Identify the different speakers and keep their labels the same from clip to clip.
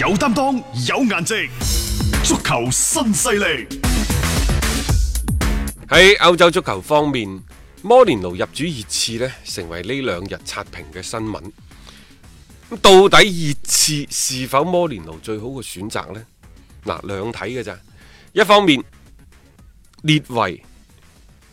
Speaker 1: 有擔當，有顏值，足球新勢力。
Speaker 2: 喺歐洲足球方面，摩連奴入主熱刺呢，成為呢兩日刷屏嘅新聞。咁到底熱刺是否摩連奴最好嘅選擇呢？嗱，兩睇嘅咋。一方面，列維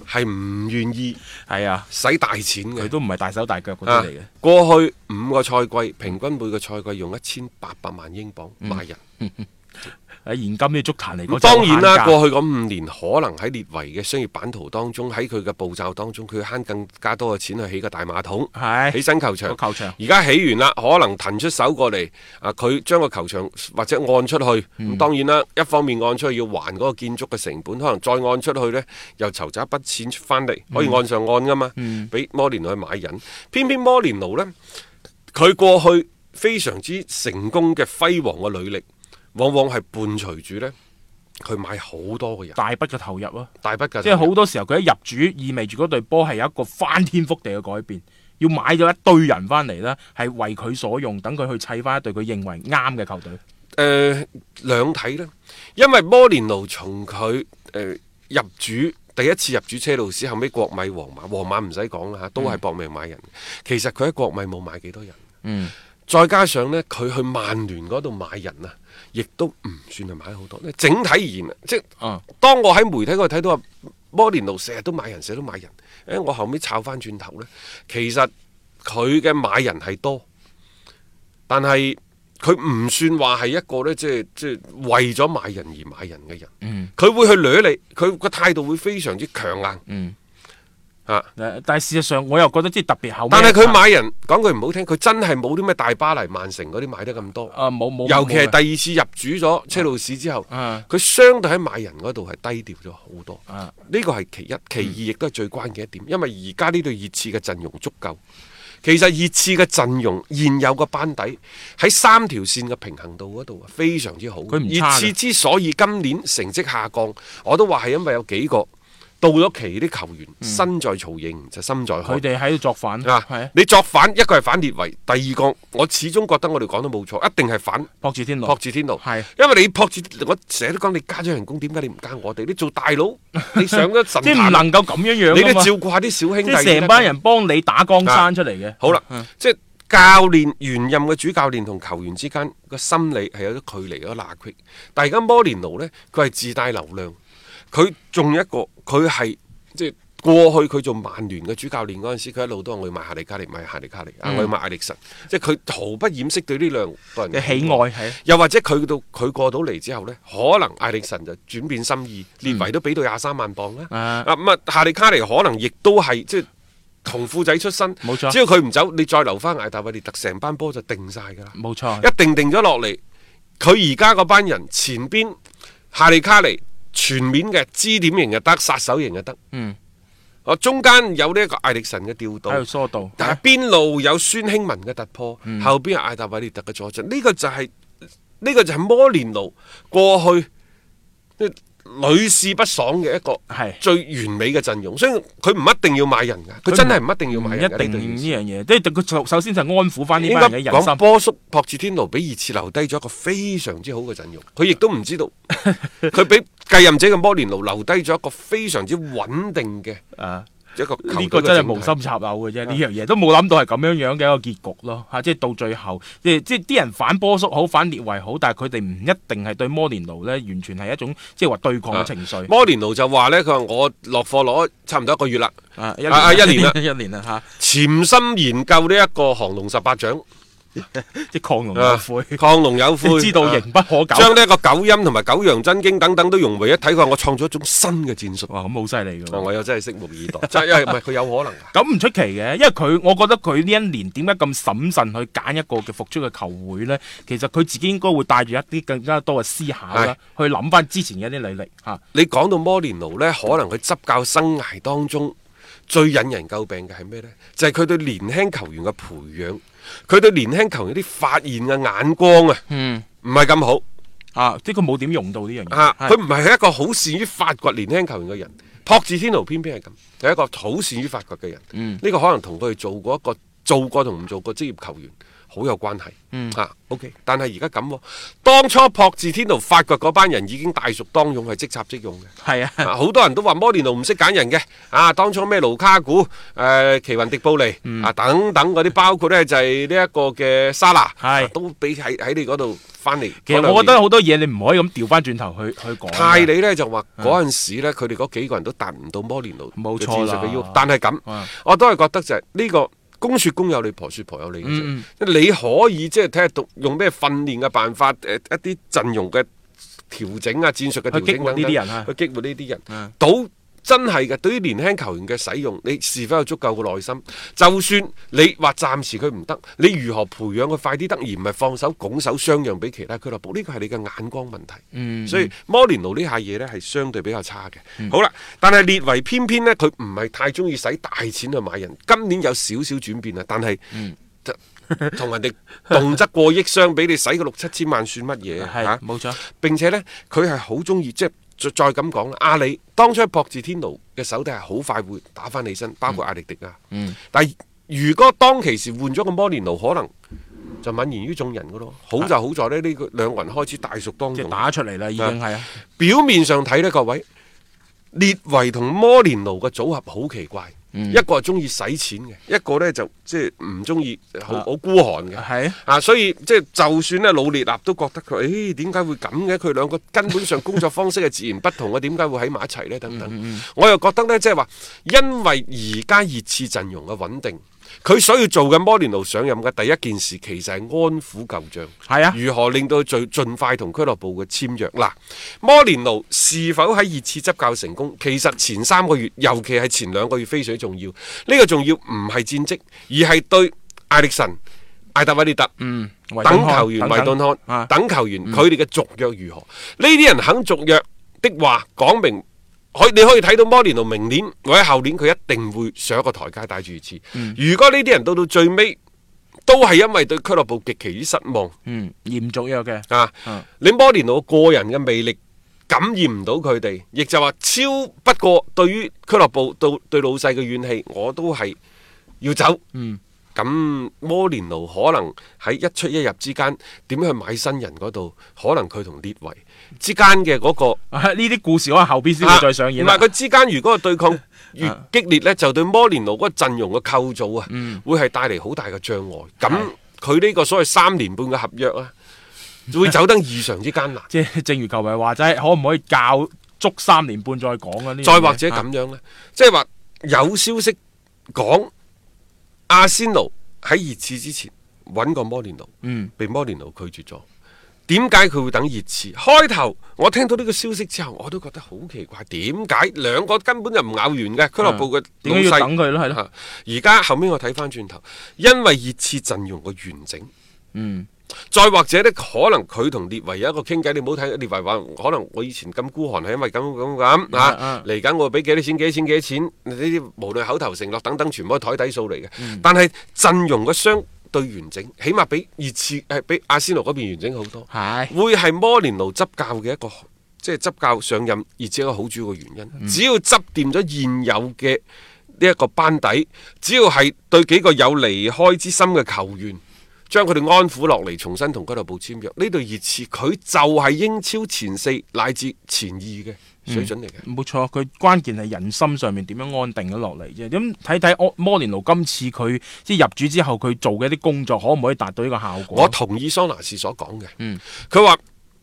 Speaker 2: 係唔願意
Speaker 3: 係啊，
Speaker 2: 使大錢嘅
Speaker 3: 佢。都唔係大手大腳嗰
Speaker 2: 啊
Speaker 3: 啲嚟嘅。！
Speaker 2: 過去五個賽季，平均每個賽季用一千八百萬英鎊
Speaker 3: 嗯
Speaker 2: 買人。
Speaker 3: 喺現今啲足壇嚟
Speaker 2: 咁
Speaker 3: 講，
Speaker 2: 當然啦，
Speaker 3: 就係限價
Speaker 2: 過去嗰五年可能喺列維嘅商業版圖當中，喺佢嘅步驟當中，佢慳更加多嘅錢去起個大馬桶，
Speaker 3: 係
Speaker 2: 起新球場。
Speaker 3: 個球場
Speaker 2: 而家起完啦，可能騰出手過嚟，啊，佢將個球場或者按出去。咁、
Speaker 3: 嗯
Speaker 2: 當然啦，一方面按出去要還嗰個建築嘅成本，可能再按出去呢，又籌集一筆錢翻嚟，
Speaker 3: 嗯
Speaker 2: 可以按上按噶嘛。俾、摩連奴去買人，偏偏摩連奴呢，佢過去非常之成功嘅輝煌嘅履歷，往往係伴隨住呢，佢買好多嘅人，
Speaker 3: 大筆嘅投入啊，
Speaker 2: 大筆嘅，
Speaker 3: 即係好多時候佢一入主，意味住嗰隊波係有一個翻天覆地嘅改變。要買咗一堆人翻嚟啦，係為佢所用，等佢去砌翻一隊佢認為啱嘅球隊。
Speaker 2: 誒、呃兩睇啦，因為摩連奴從佢誒、呃入主第一次入主車路士，後尾國米、皇馬，皇馬唔使講啦嚇，都係搏命買人。其實佢喺國米冇買幾多人，
Speaker 3: 嗯，
Speaker 2: 再加上呢，佢去曼聯嗰度買人啊，亦都唔算係買好多。整體而言，即係
Speaker 3: 啊，
Speaker 2: 當我喺媒體嗰度睇到話摩連奴成日都買人，成日都買人，誒、我後尾抄翻轉頭呢，其實佢嘅買人係多，但係佢唔算話係一個呢，即係即係為咗買人而買人嘅人，佢、會去掠你，佢個態度會非常之強硬，
Speaker 3: 嗯
Speaker 2: 啊。
Speaker 3: 但但係事實上我又覺得即係特別後尾。
Speaker 2: 但係佢買人，講句唔好聽，佢真係冇啲咩大巴黎、曼城嗰啲買得咁多。
Speaker 3: 啊冇冇，
Speaker 2: 尤其
Speaker 3: 冇嘅
Speaker 2: 係第二次入主咗車路士之後，佢、
Speaker 3: 啊
Speaker 2: 相對喺買人嗰度係低調咗好多。呢、
Speaker 3: 啊
Speaker 2: 個係其一，其二亦都係最關鍵一點，因為而家呢隊熱刺嘅陣容足夠。其實熱刺嘅陣容現有嘅班底喺三條線嘅平衡度嗰度啊，非常之好。
Speaker 3: 佢唔
Speaker 2: 熱
Speaker 3: 差嘅
Speaker 2: 刺之所以今年成績下降，我都話係因為有幾個到咗期啲球員身在曹營就心在漢
Speaker 3: 嗯佢。哋喺度作反，係
Speaker 2: 啊！你作反，一個係反列維，第二個我始終覺得我哋講得冇錯，一定係反
Speaker 3: 博住天奴
Speaker 2: 朴，智天奴。
Speaker 3: 係
Speaker 2: 因為你朴智，我成日都講你加咗人工，點解你唔加我哋？你做大 佬，你上咗神
Speaker 3: 即係唔
Speaker 2: 壇
Speaker 3: 能夠咁樣樣
Speaker 2: 你
Speaker 3: 㗎
Speaker 2: 都
Speaker 3: 嘛
Speaker 2: 照顧下啲小兄弟
Speaker 3: 即
Speaker 2: 先得㗎。
Speaker 3: 係成班嗯人幫你打江山出嚟嘅。
Speaker 2: 好啦，即係教練原任嘅主教練同球員之間個心理係有啲距離，有啲罅隙。但係而家摩連奴呢，佢係自帶流量，佢仲有一個佢係即係。過去佢做曼聯嘅主教練嗰陣時，佢一路都話我要買夏利卡尼，買夏利卡尼，啊、
Speaker 3: 嗯
Speaker 2: 我要買艾力神，即係佢毫不掩飾對呢兩個人
Speaker 3: 嘅喜愛係
Speaker 2: 又或者佢到佢過到嚟之後呢，可能艾力神就轉變心意，列維都俾到廿三萬磅啦。
Speaker 3: 嗯啊
Speaker 2: 啊咁啊，夏利卡尼可能亦都係即係同富仔出身，
Speaker 3: 冇錯
Speaker 2: 只要佢唔走，你再留翻艾達維列特，成班波就定晒㗎啦，
Speaker 3: 冇錯，
Speaker 2: 一定定咗落嚟。佢而家嗰班人前邊夏利卡尼全面嘅支點型又得，殺手型又得。
Speaker 3: 嗯，
Speaker 2: 啊中間有呢一個艾力神嘅調度
Speaker 3: 喺。度疏導。
Speaker 2: 但係邊路有孫興文嘅突破，
Speaker 3: 嗯
Speaker 2: 後邊有艾達韋列特嘅坐陣，呢、個就係、呢、個就係摩連奴過去即係屢試不爽嘅一個
Speaker 3: 係
Speaker 2: 最完美嘅陣容，所以佢唔一定要買人㗎，佢真係唔啊一定要
Speaker 3: 唔
Speaker 2: 買
Speaker 3: 一
Speaker 2: 人㗎。
Speaker 3: 定
Speaker 2: 呢
Speaker 3: 呢樣嘢，即係佢首首先就安撫翻呢
Speaker 2: 應
Speaker 3: 班人嘅
Speaker 2: 該
Speaker 3: 人
Speaker 2: 講
Speaker 3: 心。
Speaker 2: 波叔博智天奴俾熱刺留低咗一個非常之好嘅陣容，佢亦都唔 知道，佢俾繼任者嘅摩連奴留低咗一個非常之穩定嘅
Speaker 3: 啊，
Speaker 2: 一個球隊嘅啊
Speaker 3: 呢個真係
Speaker 2: 整體
Speaker 3: 無心插柳嘅啫，呢樣嘢都冇諗到係咁樣樣嘅一個結局咯。嚇，即係到最後，即係即係啲人反波叔好，反列維好，但係佢哋唔一定係對摩連奴咧，完全係一種即係話對抗嘅情緒。
Speaker 2: 摩連奴就話呢，佢話我落課攞差唔多一個月啦，
Speaker 3: 啊
Speaker 2: 啊一年啦
Speaker 3: 一年啦嚇，
Speaker 2: 潛心研究呢一個降龍十八掌，
Speaker 3: 即係抗龍
Speaker 2: 啊
Speaker 3: 有 悔，
Speaker 2: 亢龍有悔，
Speaker 3: 知道
Speaker 2: 啊
Speaker 3: 形不可久。
Speaker 2: 將呢一個九陰同埋九陽真經等等都融為一體。佢話我創造一種新嘅戰術，
Speaker 3: 哇，咁好犀利㗎喎
Speaker 2: 啊！我又真係拭目以待。 真係因為唔係佢有可能啊
Speaker 3: 咁唔出奇嘅，因為佢，我覺得佢呢一年點解咁審慎去揀一個嘅復出嘅球會呢？其實佢自己應該會帶住一啲更加多嘅思考啦，去諗翻之前嘅一啲履歷嚇。
Speaker 2: 你講到摩連奴呢，可能佢執教生涯當中最引人詬病嘅係咩呢？就係佢對年輕球員嘅培養，佢對年輕球員啲發現嘅眼光啊，
Speaker 3: 嗯，
Speaker 2: 唔係咁好。
Speaker 3: 啊，即係佢冇點用到呢樣嘢。
Speaker 2: 啊！
Speaker 3: 係
Speaker 2: 佢唔係一個好善於發掘年輕球員嘅人，朴智天奴偏偏係咁，係一
Speaker 3: 嗯
Speaker 2: 個好善於發掘嘅人。呢、個可能同佢哋做過一個做過同唔做過職業球員好有關係。
Speaker 3: 嗯
Speaker 2: 啊，OK，但係而家咁喎，當初朴智天奴發掘嗰班人已經大熟當用，係即插即用嘅。
Speaker 3: 係啊，
Speaker 2: 啊好多人都話摩連奴唔識揀人嘅，啊，當初咩盧卡古、誒、奇雲迪布尼、
Speaker 3: 嗯
Speaker 2: 啊等等嗰啲，包括呢就係呢一個嘅沙拿，
Speaker 3: 係
Speaker 2: 啊都俾喺喺你嗰度翻嚟。
Speaker 3: 其實我覺得好多嘢你唔可以咁調翻轉頭去去講㗎。
Speaker 2: 泰里呢就話嗰陣時呢，佢哋嗰幾個人都達唔到摩連奴
Speaker 3: 冇
Speaker 2: 嘅
Speaker 3: 錯
Speaker 2: 戰術
Speaker 3: 啦
Speaker 2: 嘅要求，但係咁
Speaker 3: 啊，
Speaker 2: 我都係覺得就係呢個。公説公有理，婆説婆有理嘅啫。
Speaker 3: 嗯
Speaker 2: 你可以即係睇下讀用咩訓練嘅辦法，誒、一啲陣容嘅調整啊、戰術嘅調整
Speaker 3: 去激活
Speaker 2: 等等
Speaker 3: 呢啲人啊
Speaker 2: 去激活呢啲人
Speaker 3: 嗯。
Speaker 2: 到真係嘅，對於年輕球員嘅使用，你是否有足夠嘅耐心？就算你話暫時佢唔得，你如何培養佢快啲得，而唔係放手拱手相讓俾其他俱樂部？呢個係你嘅眼光問題。
Speaker 3: 嗯
Speaker 2: 所以摩連奴呢下嘢呢係相對比較差嘅。好啦，但係列維偏偏呢，佢唔係太中意使大錢去買人。今年有少少轉變啊，但係。
Speaker 3: 嗯
Speaker 2: 就同 人哋動則過億相比，你使個六七千萬算乜嘢
Speaker 3: 係
Speaker 2: 嚇
Speaker 3: 冇錯
Speaker 2: 並且呢，佢係好中意即係再再咁講啦。阿里當初博智天奴嘅手底係好快會打翻起身，包括阿力迪啊。
Speaker 3: 嗯
Speaker 2: 但係如果當其時換咗個摩連奴，可能就泯然於眾人噶咯。好就好在呢，呢個兩個人開始大熟當
Speaker 3: 即係
Speaker 2: 用。
Speaker 3: 打出嚟啦，已經係啊，
Speaker 2: 表面上睇呢，各位列維同摩連奴嘅組合好奇怪。一個係中意使錢嘅，一個呢就即係唔中意好
Speaker 3: 啊
Speaker 2: 好孤寒嘅。
Speaker 3: 係啊
Speaker 2: 啊，所以即係就算咧老列納都覺得佢，誒點解會咁嘅？佢兩個根本上工作方式係截然不同嘅，點解會喺埋一齊呢？等等，我又覺得呢，即係話，因為而家熱刺陣容嘅穩定，佢所要做嘅摩連奴上任嘅第一件事，其實係安撫舊將。
Speaker 3: 係啊，
Speaker 2: 如何令到佢最盡快同俱樂部嘅簽約？嗱，摩連奴是否喺熱刺執教成功？其實前三個月，尤其係前兩個月非常重要。呢、個重要唔係戰績，而係對艾力神、艾達維列特。
Speaker 3: 嗯，維頓
Speaker 2: 等
Speaker 3: 漢
Speaker 2: 球員
Speaker 3: 等
Speaker 2: 維
Speaker 3: 等
Speaker 2: 頓
Speaker 3: 啊
Speaker 2: 漢，等球員佢哋嘅續約如何？呢啲人肯續約的話，講明可以你可以睇到摩連奴明年或者後年佢一定會上一個台階帶住熱刺。
Speaker 3: 嗯
Speaker 2: 如果呢啲人到到最尾都係因為對俱樂部極其之失望
Speaker 3: 嗯，嚴續約嘅，
Speaker 2: 啊
Speaker 3: 嗯！
Speaker 2: 你摩連奴個人嘅魅力感染唔到佢哋，亦就話超不過對於俱樂部到對老細嘅怨氣，我都係要走。
Speaker 3: 嗯，
Speaker 2: 咁摩連奴可能喺一出一入之間，點樣去買新人嗰度，可能佢同列維之間嘅嗰個
Speaker 3: 啊呢啲故事可能後邊先會再上演
Speaker 2: 啊
Speaker 3: 啦啊
Speaker 2: 唔係佢之間如果個對抗越激烈呢，就對摩連奴嗰個陣容嘅構造啊，
Speaker 3: 嗯
Speaker 2: 會係帶嚟好大嘅障礙。咁佢呢個所謂三年半嘅合約啊，會走得異常之艱難。
Speaker 3: 即係 正如球迷話齋，可唔可以教足三年半再講啊？呢樣嘢
Speaker 2: 再或者咁
Speaker 3: 啊
Speaker 2: 樣呢，即係話有消息講阿仙奴喺熱刺之前揾過摩連奴，
Speaker 3: 嗯，
Speaker 2: 被摩連奴拒絕咗。點解佢會等熱刺？開頭我聽到呢個消息之後，我都覺得好奇怪，點解兩個根本就唔咬完嘅俱樂部嘅
Speaker 3: 點
Speaker 2: 老
Speaker 3: 解嗯要
Speaker 2: 細
Speaker 3: 等佢咯？係咯，
Speaker 2: 啊而家後面我睇翻轉頭，因為熱刺陣容嘅完整。
Speaker 3: 嗯，
Speaker 2: 再或者呢，可能佢同列維有一個傾偈，你唔好睇列維話，可能我以前咁孤寒係因為咁咁咁
Speaker 3: 啊
Speaker 2: 嚇
Speaker 3: 啊，
Speaker 2: 嚟緊我俾幾多錢幾多錢幾多錢，呢啲無論口頭承諾等等，全部都係台底數嚟嘅。但係陣容嘅相對完整，起碼比熱刺係比阿仙奴嗰邊完整好多，
Speaker 3: 係
Speaker 2: 會係摩連奴執教嘅一個即係執教上任熱刺一個好主要嘅原因。只要執掂咗現有嘅呢一個班底，只要係對幾個有離開之心嘅球員。將佢哋安撫落嚟，重新同俱樂部簽約。呢隊熱刺佢就係英超前四乃至前二嘅水準嚟嘅。
Speaker 3: 冇錯，佢關鍵係人心上面點樣安定咗落嚟啫。咁睇睇摩摩連奴今次佢即係入主之後，佢做嘅一啲工作可唔可以達到呢個效果？
Speaker 2: 我同意桑拿士所講嘅
Speaker 3: 嗯，
Speaker 2: 佢話、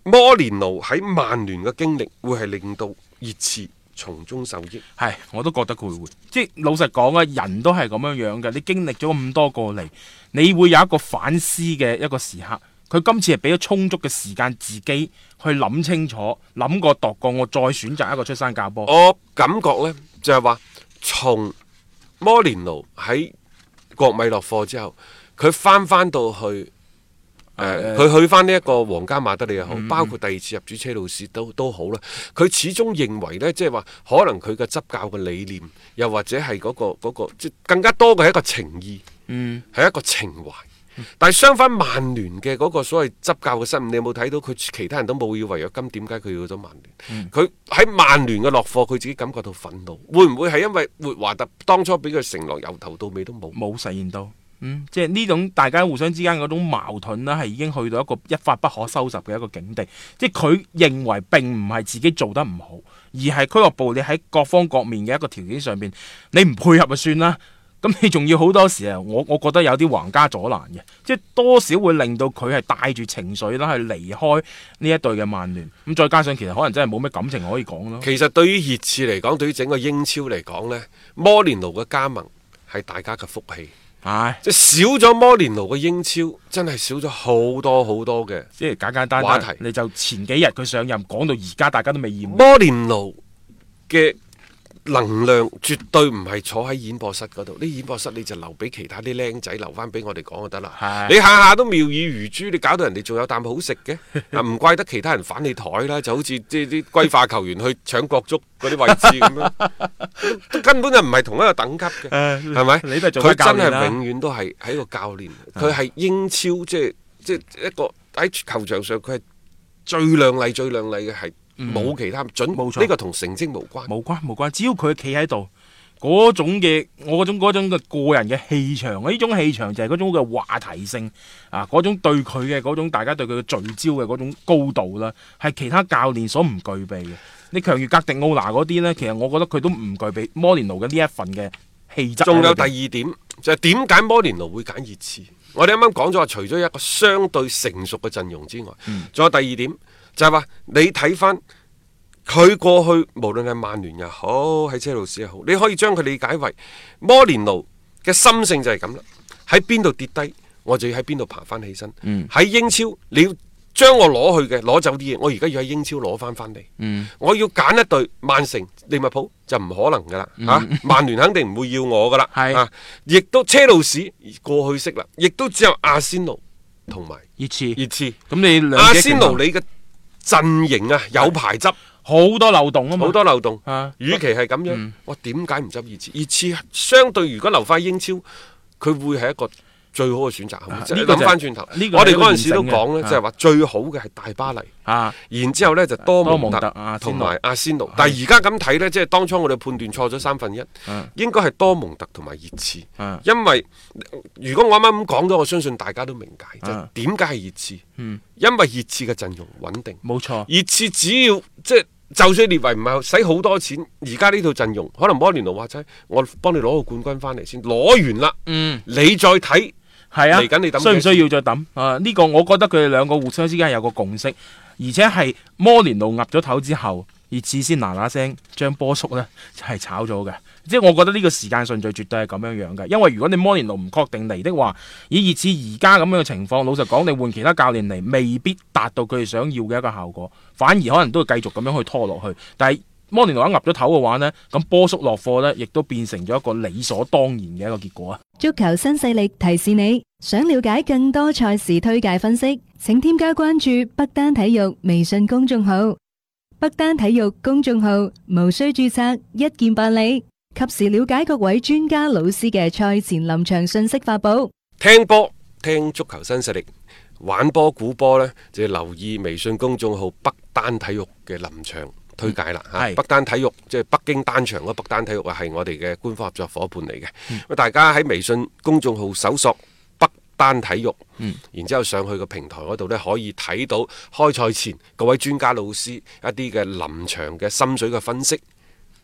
Speaker 2: 摩連奴喺曼聯嘅經歷會係令到熱刺從中受益。
Speaker 3: 係，我都覺得佢會，即係老實講啊，人都係咁樣樣嘅。你經歷咗咁多過嚟，你會有一個反思嘅一個時刻。佢今次係俾咗充足嘅時間自己去諗清楚，諗過度過，我再選擇一個出山教波。
Speaker 2: 我感覺呢，就係話，從摩連奴喺國米落課之後，佢翻翻到去。誒，
Speaker 3: 誒嗯
Speaker 2: 佢、去翻呢一個皇家馬德里又好，包括第二次入主車路士都都好啦。佢始終認為呢，即係話可能佢嘅執教嘅理念，又或者係嗰、個嗰、個即更加多嘅係一個情意，
Speaker 3: 嗯，
Speaker 2: 係一個情懷。但係相反，曼聯嘅嗰個所謂執教嘅失誤，你有冇睇到佢其他人都冇要違約金，點解佢要咗曼
Speaker 3: 嗯
Speaker 2: 聯？佢喺曼聯嘅落課，佢自己感覺到憤怒，會唔會係因為活華特當初俾佢承諾由頭到尾都冇？
Speaker 3: 冇實現到。嗯，即係呢種大家互相之間嗰種矛盾啦，係已經去到一個一發不可收拾嘅一個境地。即係佢認為並唔係自己做得唔好，而係俱樂部你喺各方各面嘅一個條件上邊，你唔配合就算啦。咁你仲要好多時啊，我 我覺得有啲橫加阻攔嘅，即係多少會令到佢係帶住情緒啦，去離開呢一隊嘅曼聯。咁再加上其實可能真係冇咩感情可以講咯。
Speaker 2: 其實對於熱刺嚟講，對於整個英超嚟講呢，摩連奴嘅加盟係大家嘅福氣。
Speaker 3: 唉，
Speaker 2: 即係少咗摩連奴嘅英超，真係少咗好多好多嘅。
Speaker 3: 即係簡簡單
Speaker 2: 話
Speaker 3: 單
Speaker 2: 題，
Speaker 3: 你就前幾日佢上任講到而家，大家都未厭惡。
Speaker 2: 摩連奴嘅能量絕對唔係坐喺演播室嗰度，啲演播室你就留俾其他啲僆仔，留翻俾我哋講就得啦
Speaker 3: 係。
Speaker 2: 你下下都妙語如珠，你搞到人哋仲有啖好食嘅， 啊唔怪得其他人反你台啦，就好似即係啲歸化球員去搶國足嗰啲位置咁樣， 都根本就唔係同一個等級 嘅。
Speaker 3: 誒
Speaker 2: 係咪？
Speaker 3: 你都係做
Speaker 2: 佢
Speaker 3: 翻教
Speaker 2: 真
Speaker 3: 練
Speaker 2: 係
Speaker 3: 啦。啊
Speaker 2: 永遠都係喺個教練，佢係英超即係即係一個喺球場上佢係最靚麗、最靚麗嘅係冇其他準，
Speaker 3: 嗯冇錯
Speaker 2: 呢個同成績無關。
Speaker 3: 冇關冇關，只要佢企喺度，嗰種嘅我嗰種嗰種嘅個人嘅氣場，呢種氣場就係嗰種嘅話題性啊，嗰種對佢嘅嗰種大家對佢嘅聚焦嘅嗰種高度啦，係其他教練所唔具備嘅。你強如格迪奧拿嗰啲呢，其實我覺得佢都唔具備摩連奴嘅呢一份嘅氣質喺裏邊。
Speaker 2: 仲有第二點就係點解摩連奴會揀熱刺？我哋啱啱講咗話，除咗一個相對成熟嘅陣容之外，
Speaker 3: 嗯
Speaker 2: 仲有第二點就係話你睇翻。佢過去無論係曼聯又好，喺車路士又好，你可以將佢理解為摩連奴嘅心性就係咁啦。喺邊度跌低，我就要喺邊度爬翻起身。喺、
Speaker 3: 嗯
Speaker 2: 英超，你要將我攞去嘅，攞走啲嘢，我而家要喺英超攞翻翻嚟。我要揀一隊曼城、利物浦就唔可能噶啦嚇，啊曼聯肯定唔會要我噶啦。
Speaker 3: 嗯 係
Speaker 2: 啊，亦都車路士過去式啦，亦都只有阿仙奴同埋
Speaker 3: 熱刺，
Speaker 2: 熱刺。
Speaker 3: 咁你兩者啊
Speaker 2: 阿仙奴
Speaker 3: 競爭
Speaker 2: 你嘅陣型啊有排執。
Speaker 3: 好多漏洞啊嘛，
Speaker 2: 好多漏洞
Speaker 3: 啊。
Speaker 2: 與其係咁樣，我點解唔執熱刺？熱刺相對如果留翻英超，佢會係一個最好嘅選擇。係咪
Speaker 3: 啊
Speaker 2: 即係
Speaker 3: 呢個
Speaker 2: 諗
Speaker 3: 就係
Speaker 2: 翻轉頭
Speaker 3: 呢，個係
Speaker 2: 我哋
Speaker 3: 一個
Speaker 2: 嗰陣時都講
Speaker 3: 現成
Speaker 2: 呢，
Speaker 3: 嘅
Speaker 2: 就係話最好嘅係大巴黎。
Speaker 3: 啊，
Speaker 2: 然之後呢，就多蒙
Speaker 3: 多蒙特啊
Speaker 2: 特
Speaker 3: 阿仙
Speaker 2: 同
Speaker 3: 奴
Speaker 2: 埋阿仙奴，但係而家咁睇呢，即係當初我哋判斷錯咗三分一
Speaker 3: 嗯，
Speaker 2: 應該係多蒙特同埋熱刺
Speaker 3: 嗯，
Speaker 2: 因為如果我啱啱咁講咗，我相信大家都明解，就係
Speaker 3: 嗯
Speaker 2: 點解係熱刺，
Speaker 3: 嗯
Speaker 2: 因為熱刺嘅陣容穩定。
Speaker 3: 冇錯，
Speaker 2: 熱刺只要即係就算列維唔係使好多錢，而家呢套陣容可能摩連奴話齋，我幫你攞個冠軍翻嚟先，攞完啦，
Speaker 3: 嗯。
Speaker 2: 你再睇。
Speaker 3: 係啊，
Speaker 2: 嚟緊你抌
Speaker 3: 需唔
Speaker 2: 幾多
Speaker 3: 需要再抌啊？呢、個我覺得佢哋兩個互相之間有個共識，而且係摩連奴岌咗頭之後，熱刺先嗱嗱聲將波叔呢係炒咗嘅。即係我覺得呢個時間順序絕對係咁樣樣嘅，因為如果你摩連奴唔確定嚟的話，以熱刺而家咁樣嘅情況，老實講，你換其他教練嚟，未必達到佢哋想要嘅一個效果，反而可能都會繼續咁樣去拖落去。但係摩連奴一岌咗頭嘅話呢，咁波叔落課呢，亦都變成咗一個理所當然嘅一個結果啊！
Speaker 4: 足球新勢力提示你，想了解更多賽事推介分析，請添加關注北單體育微信公眾號。北單體育公眾號無需註冊，一鍵辦理，及時了解各位專家老師嘅賽前臨場信息發布。
Speaker 2: 聽波聽足球新勢力，玩波估波呢，就要留意微信公眾號北單體育嘅臨場推介啦嚇。
Speaker 3: 係
Speaker 2: 北單體育即係北京單場嗰北單體育啊，係我哋嘅官方合作伙伴嚟嘅。咁大家喺微信公眾號搜索北單體育，然之後上去個平台嗰度呢，可以睇到開賽前各位專家老師一啲嘅臨場嘅心水嘅分析。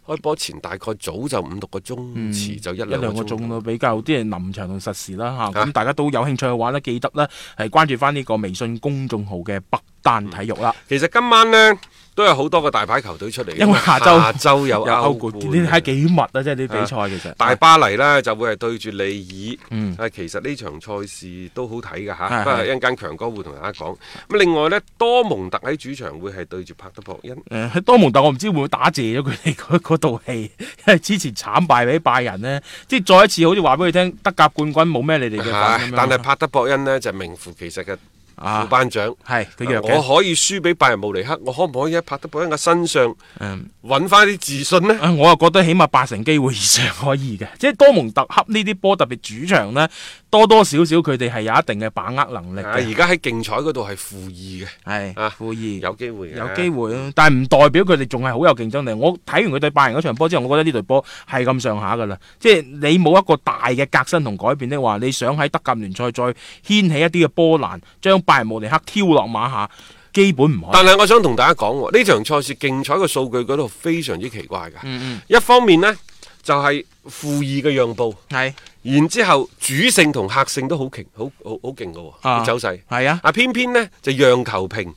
Speaker 2: 開波前大概早就五六個鐘，遲就一
Speaker 3: 一
Speaker 2: 兩
Speaker 3: 兩
Speaker 2: 個
Speaker 3: 個
Speaker 2: 鐘
Speaker 3: 鐘
Speaker 2: 度。
Speaker 3: 咯，比較啲係臨場同實時啦嚇。
Speaker 2: 啊
Speaker 3: 咁大家都有興趣嘅話咧，記得咧係關注翻呢個微信公眾號嘅北單體育啦。
Speaker 2: 其實今晚呢，都有好多個大牌球隊出嚟嘅，
Speaker 3: 嗯因為下週
Speaker 2: 下週有
Speaker 3: 有歐
Speaker 2: 歐
Speaker 3: 冠，
Speaker 2: 冠，
Speaker 3: 你睇幾密啊！即係啲比賽其實
Speaker 2: 大巴黎呢就會係對住利爾，
Speaker 3: 嗯
Speaker 2: 啊其實呢場賽事都好睇㗎
Speaker 3: 係
Speaker 2: 嚇，不過
Speaker 3: 係
Speaker 2: 一陣間強哥會同大家講。咁另外呢，多蒙特喺主場會係對住帕德博恩，
Speaker 3: 誒喺多蒙特，我唔知會唔會打謝咗佢哋 嗰嗰套戲，因為之前慘敗俾拜仁呢，即係再一次好似話俾佢聽，德甲冠軍冇咩你哋嘅份咁
Speaker 2: 係
Speaker 3: 樣
Speaker 2: 但係帕德博恩呢就名副其實嘅
Speaker 3: 啊
Speaker 2: 副班長，啊
Speaker 3: 係佢弱嘅。
Speaker 2: 我可以輸俾拜仁慕尼黑，我可唔可以喺帕德保恩嘅身上
Speaker 3: 嗯
Speaker 2: 揾翻啲自信呢？
Speaker 3: 啊，我又覺得起碼八成機會以上可以嘅，即係多蒙特恰呢啲波，特別主場呢，多多少少佢哋係有一定嘅把握能力
Speaker 2: 啊，
Speaker 3: 嘅
Speaker 2: 而，家喺競彩嗰度係負二嘅，
Speaker 3: 係
Speaker 2: 啊
Speaker 3: 富二
Speaker 2: 有機會嘅，啊
Speaker 3: 有機會咯，但係唔代表佢哋仲係好有競爭力。我睇完佢對拜仁嗰場波之後，我覺得呢隊波係咁上下噶啦。即係你冇一個大嘅革新同改變的話，你想喺德甲聯賽再掀起一啲嘅波瀾，將拜仁慕尼黑挑落馬下，基本唔可能。
Speaker 2: 但係我想同大家講喎，呢場賽事競彩嘅數據嗰度非常之奇怪㗎。
Speaker 3: 嗯
Speaker 2: 一方面呢，就係、負二嘅讓步，
Speaker 3: 嗯，係
Speaker 2: 然之後主勝同客勝都好勁，好好好勁嘅喎，
Speaker 3: 啊
Speaker 2: 啲走勢。
Speaker 3: 係啊
Speaker 2: 啊，偏偏呢，就讓球平，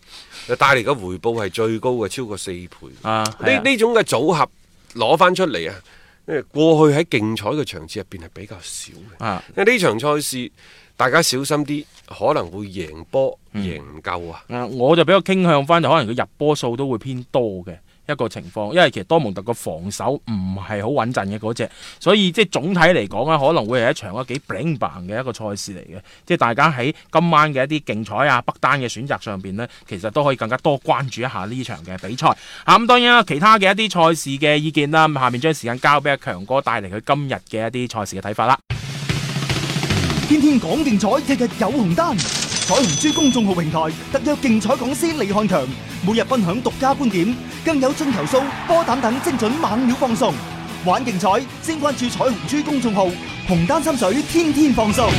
Speaker 2: 就帶嚟嘅回報係最高嘅，超過四倍。
Speaker 3: 啊，係
Speaker 2: 呢
Speaker 3: 啊
Speaker 2: 呢種嘅組合攞翻出嚟啊，因為過去喺競彩嘅場次入邊係比較少嘅。
Speaker 3: 啊
Speaker 2: 因為呢場賽事大家小心啲，可能會贏波
Speaker 3: 嗯
Speaker 2: 贏唔夠啊。
Speaker 3: 誒我就比較傾向翻，就可能佢入波數都會偏多嘅一個情況，因為其實多蒙特個防守唔係好穩陣嘅嗰只，所以即係總體嚟講啊，可能會係一場一幾 bling bang 嘅一個賽事嚟嘅，即係大家喺今晚嘅一啲競彩啊、北單嘅選擇上邊呢，其實都可以更加多關注一下呢場嘅比賽。啊，咁當然啦，其他嘅一啲賽事嘅意見啦，咁下面將時間交俾阿強哥帶嚟佢今日嘅一啲賽事嘅睇法啦。
Speaker 5: 天天講競彩，日日有紅單。彩虹珠公眾號平台特約競彩講師李漢強，每日分享獨家觀點，更有進球數、波膽等精準猛料放送。玩競彩，先關注彩虹珠公眾號，紅單心水，天天放送。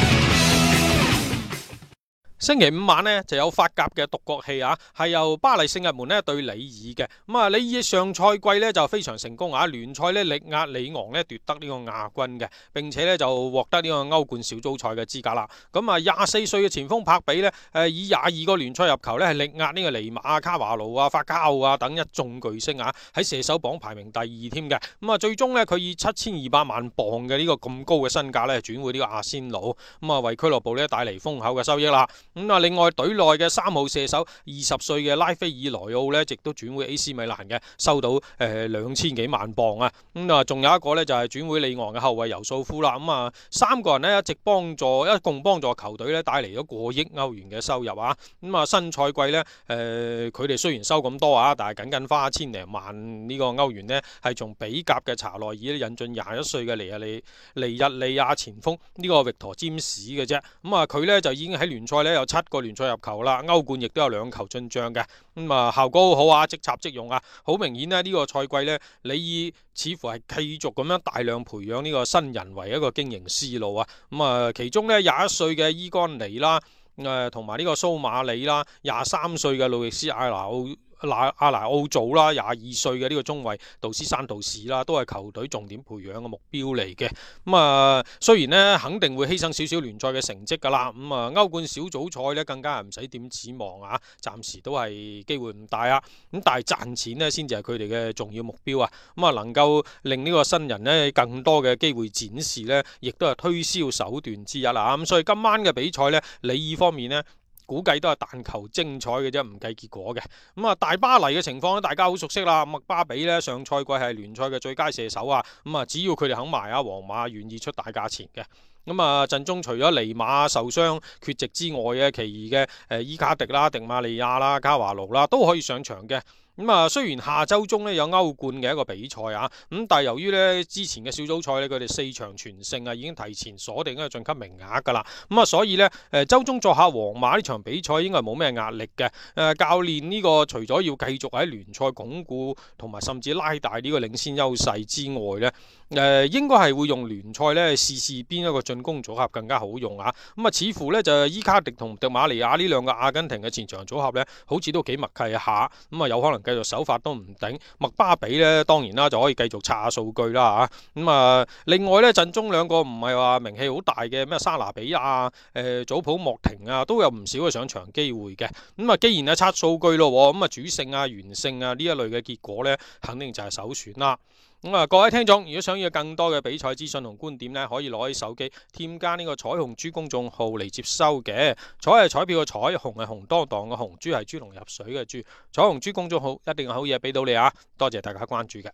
Speaker 6: 星期五晚呢，就有法甲嘅獨角戲啊，係由巴黎聖日門呢對里爾嘅。咁啊，里爾上賽季呢就非常成功啊，聯賽呢力壓里昂呢奪得呢個亞軍嘅，並且呢就獲得呢個歐冠小組賽嘅資格啦。咁啊，廿四歲嘅前鋒柏比呢，誒以廿二個聯賽入球呢係力壓呢個尼馬啊、卡華路啊、法卡奧啊等一眾巨星啊，喺射手榜排名第二添嘅。咁啊，最終呢，佢以七千二百萬磅嘅呢個咁高嘅身價呢轉會呢個阿仙奴，咁啊為俱樂部呢帶嚟豐厚嘅收益啦。咁啊，另外隊內嘅三號射手二十歲嘅拉菲爾萊奧呢，亦都轉會 AC 米蘭嘅，收到誒兩千幾萬磅啊！咁、啊，仲有一個呢，就係、轉會里昂嘅後衞尤素夫啦。咁、啊，三個人呢，一直幫助，一共幫助球隊呢，帶嚟咗過億歐元嘅收入啊！咁、啊，新賽季呢，誒佢哋雖然收咁多啊，但係僅僅花千零萬呢個歐元呢，係從比甲嘅查內爾引進廿一歲嘅尼日利尼日利亞前鋒呢、個域陀詹士嘅啫，咁、啊佢呢就已經喺聯賽呢有七個聯賽入球啦，歐冠亦都有兩球進帳嘅，咁、啊效果好好啊，即插即用啊，好明顯呢，呢、個賽季呢，里爾似乎係繼續咁樣大量培養呢個新人為一個經營思路啊，咁、啊其中呢，廿一歲嘅伊干尼啦，誒同埋呢個蘇馬里啦，廿三歲嘅路易斯艾拿奧。那阿拿奧祖啦，廿二歲嘅呢個中衞杜斯山杜士啦，都係球隊重點培養嘅目標嚟嘅。咁啊，雖然呢肯定會犧牲少少聯賽嘅成績㗎啦，咁啊歐冠小組賽呢更加係唔使點指望啊，暫時都係機會唔大啊。咁但係賺錢呢先至係佢哋嘅重要目標啊。咁啊，能夠令呢個新人呢更多嘅機會展示呢，亦都係推銷手段之一啦。咁所以今晚嘅比賽呢，里爾方面呢。估計都係但求精彩嘅啫，唔計結果嘅。咁啊，大巴黎嘅情況咧，大家好熟悉啦。麥巴比呢，上賽季係聯賽嘅最佳射手啊。咁啊，只要佢哋肯埋啊，皇馬願意出大價錢嘅。咁啊，陣中除咗尼馬受傷缺席之外嘅，其餘嘅誒伊卡迪啦、迪馬利亞啦、卡華奴啦都可以上場嘅。咁啊，雖然下周中呢有歐冠嘅一個比賽啊，咁但係由於呢之前嘅小組賽呢，佢哋四場全勝啊，已經提前鎖定一個晉級名額㗎啦。咁啊，所以呢，誒周中作客皇馬呢場比賽應該係冇咩壓力嘅。誒、呃教練呢個除咗要繼續喺聯賽鞏固同埋甚至拉大呢個領先優勢之外呢，誒、應該係會用聯賽呢試試邊一個進攻組合更加好用啊。咁啊，似乎呢，就伊卡迪同迪馬利亞呢兩個阿根廷嘅前場組合呢，好似都幾默契下。咁啊，有可能繼續首發都唔定。麥巴比呢，當然啦就可以繼續刷下數據啦啊。咁啊，另外呢，陣中兩個唔係話名氣好大嘅咩莎拿比亞啊、誒、祖普莫廷啊，都有唔少嘅上場機會嘅。咁、啊，既然啊刷數據咯喎，咁、啊主勝啊、完勝啊呢一類嘅結果呢，肯定就係首選啦。咁、啊，各位聽眾，如果想要更多嘅比賽資訊同觀點呢，可以攞起手機添加呢個彩虹豬公眾號嚟接收嘅。彩係彩票嘅彩，紅係紅當當嘅紅，豬係豬籠入水嘅豬。彩虹豬公眾號一定有好嘢俾到你啊！多謝大家關注嘅。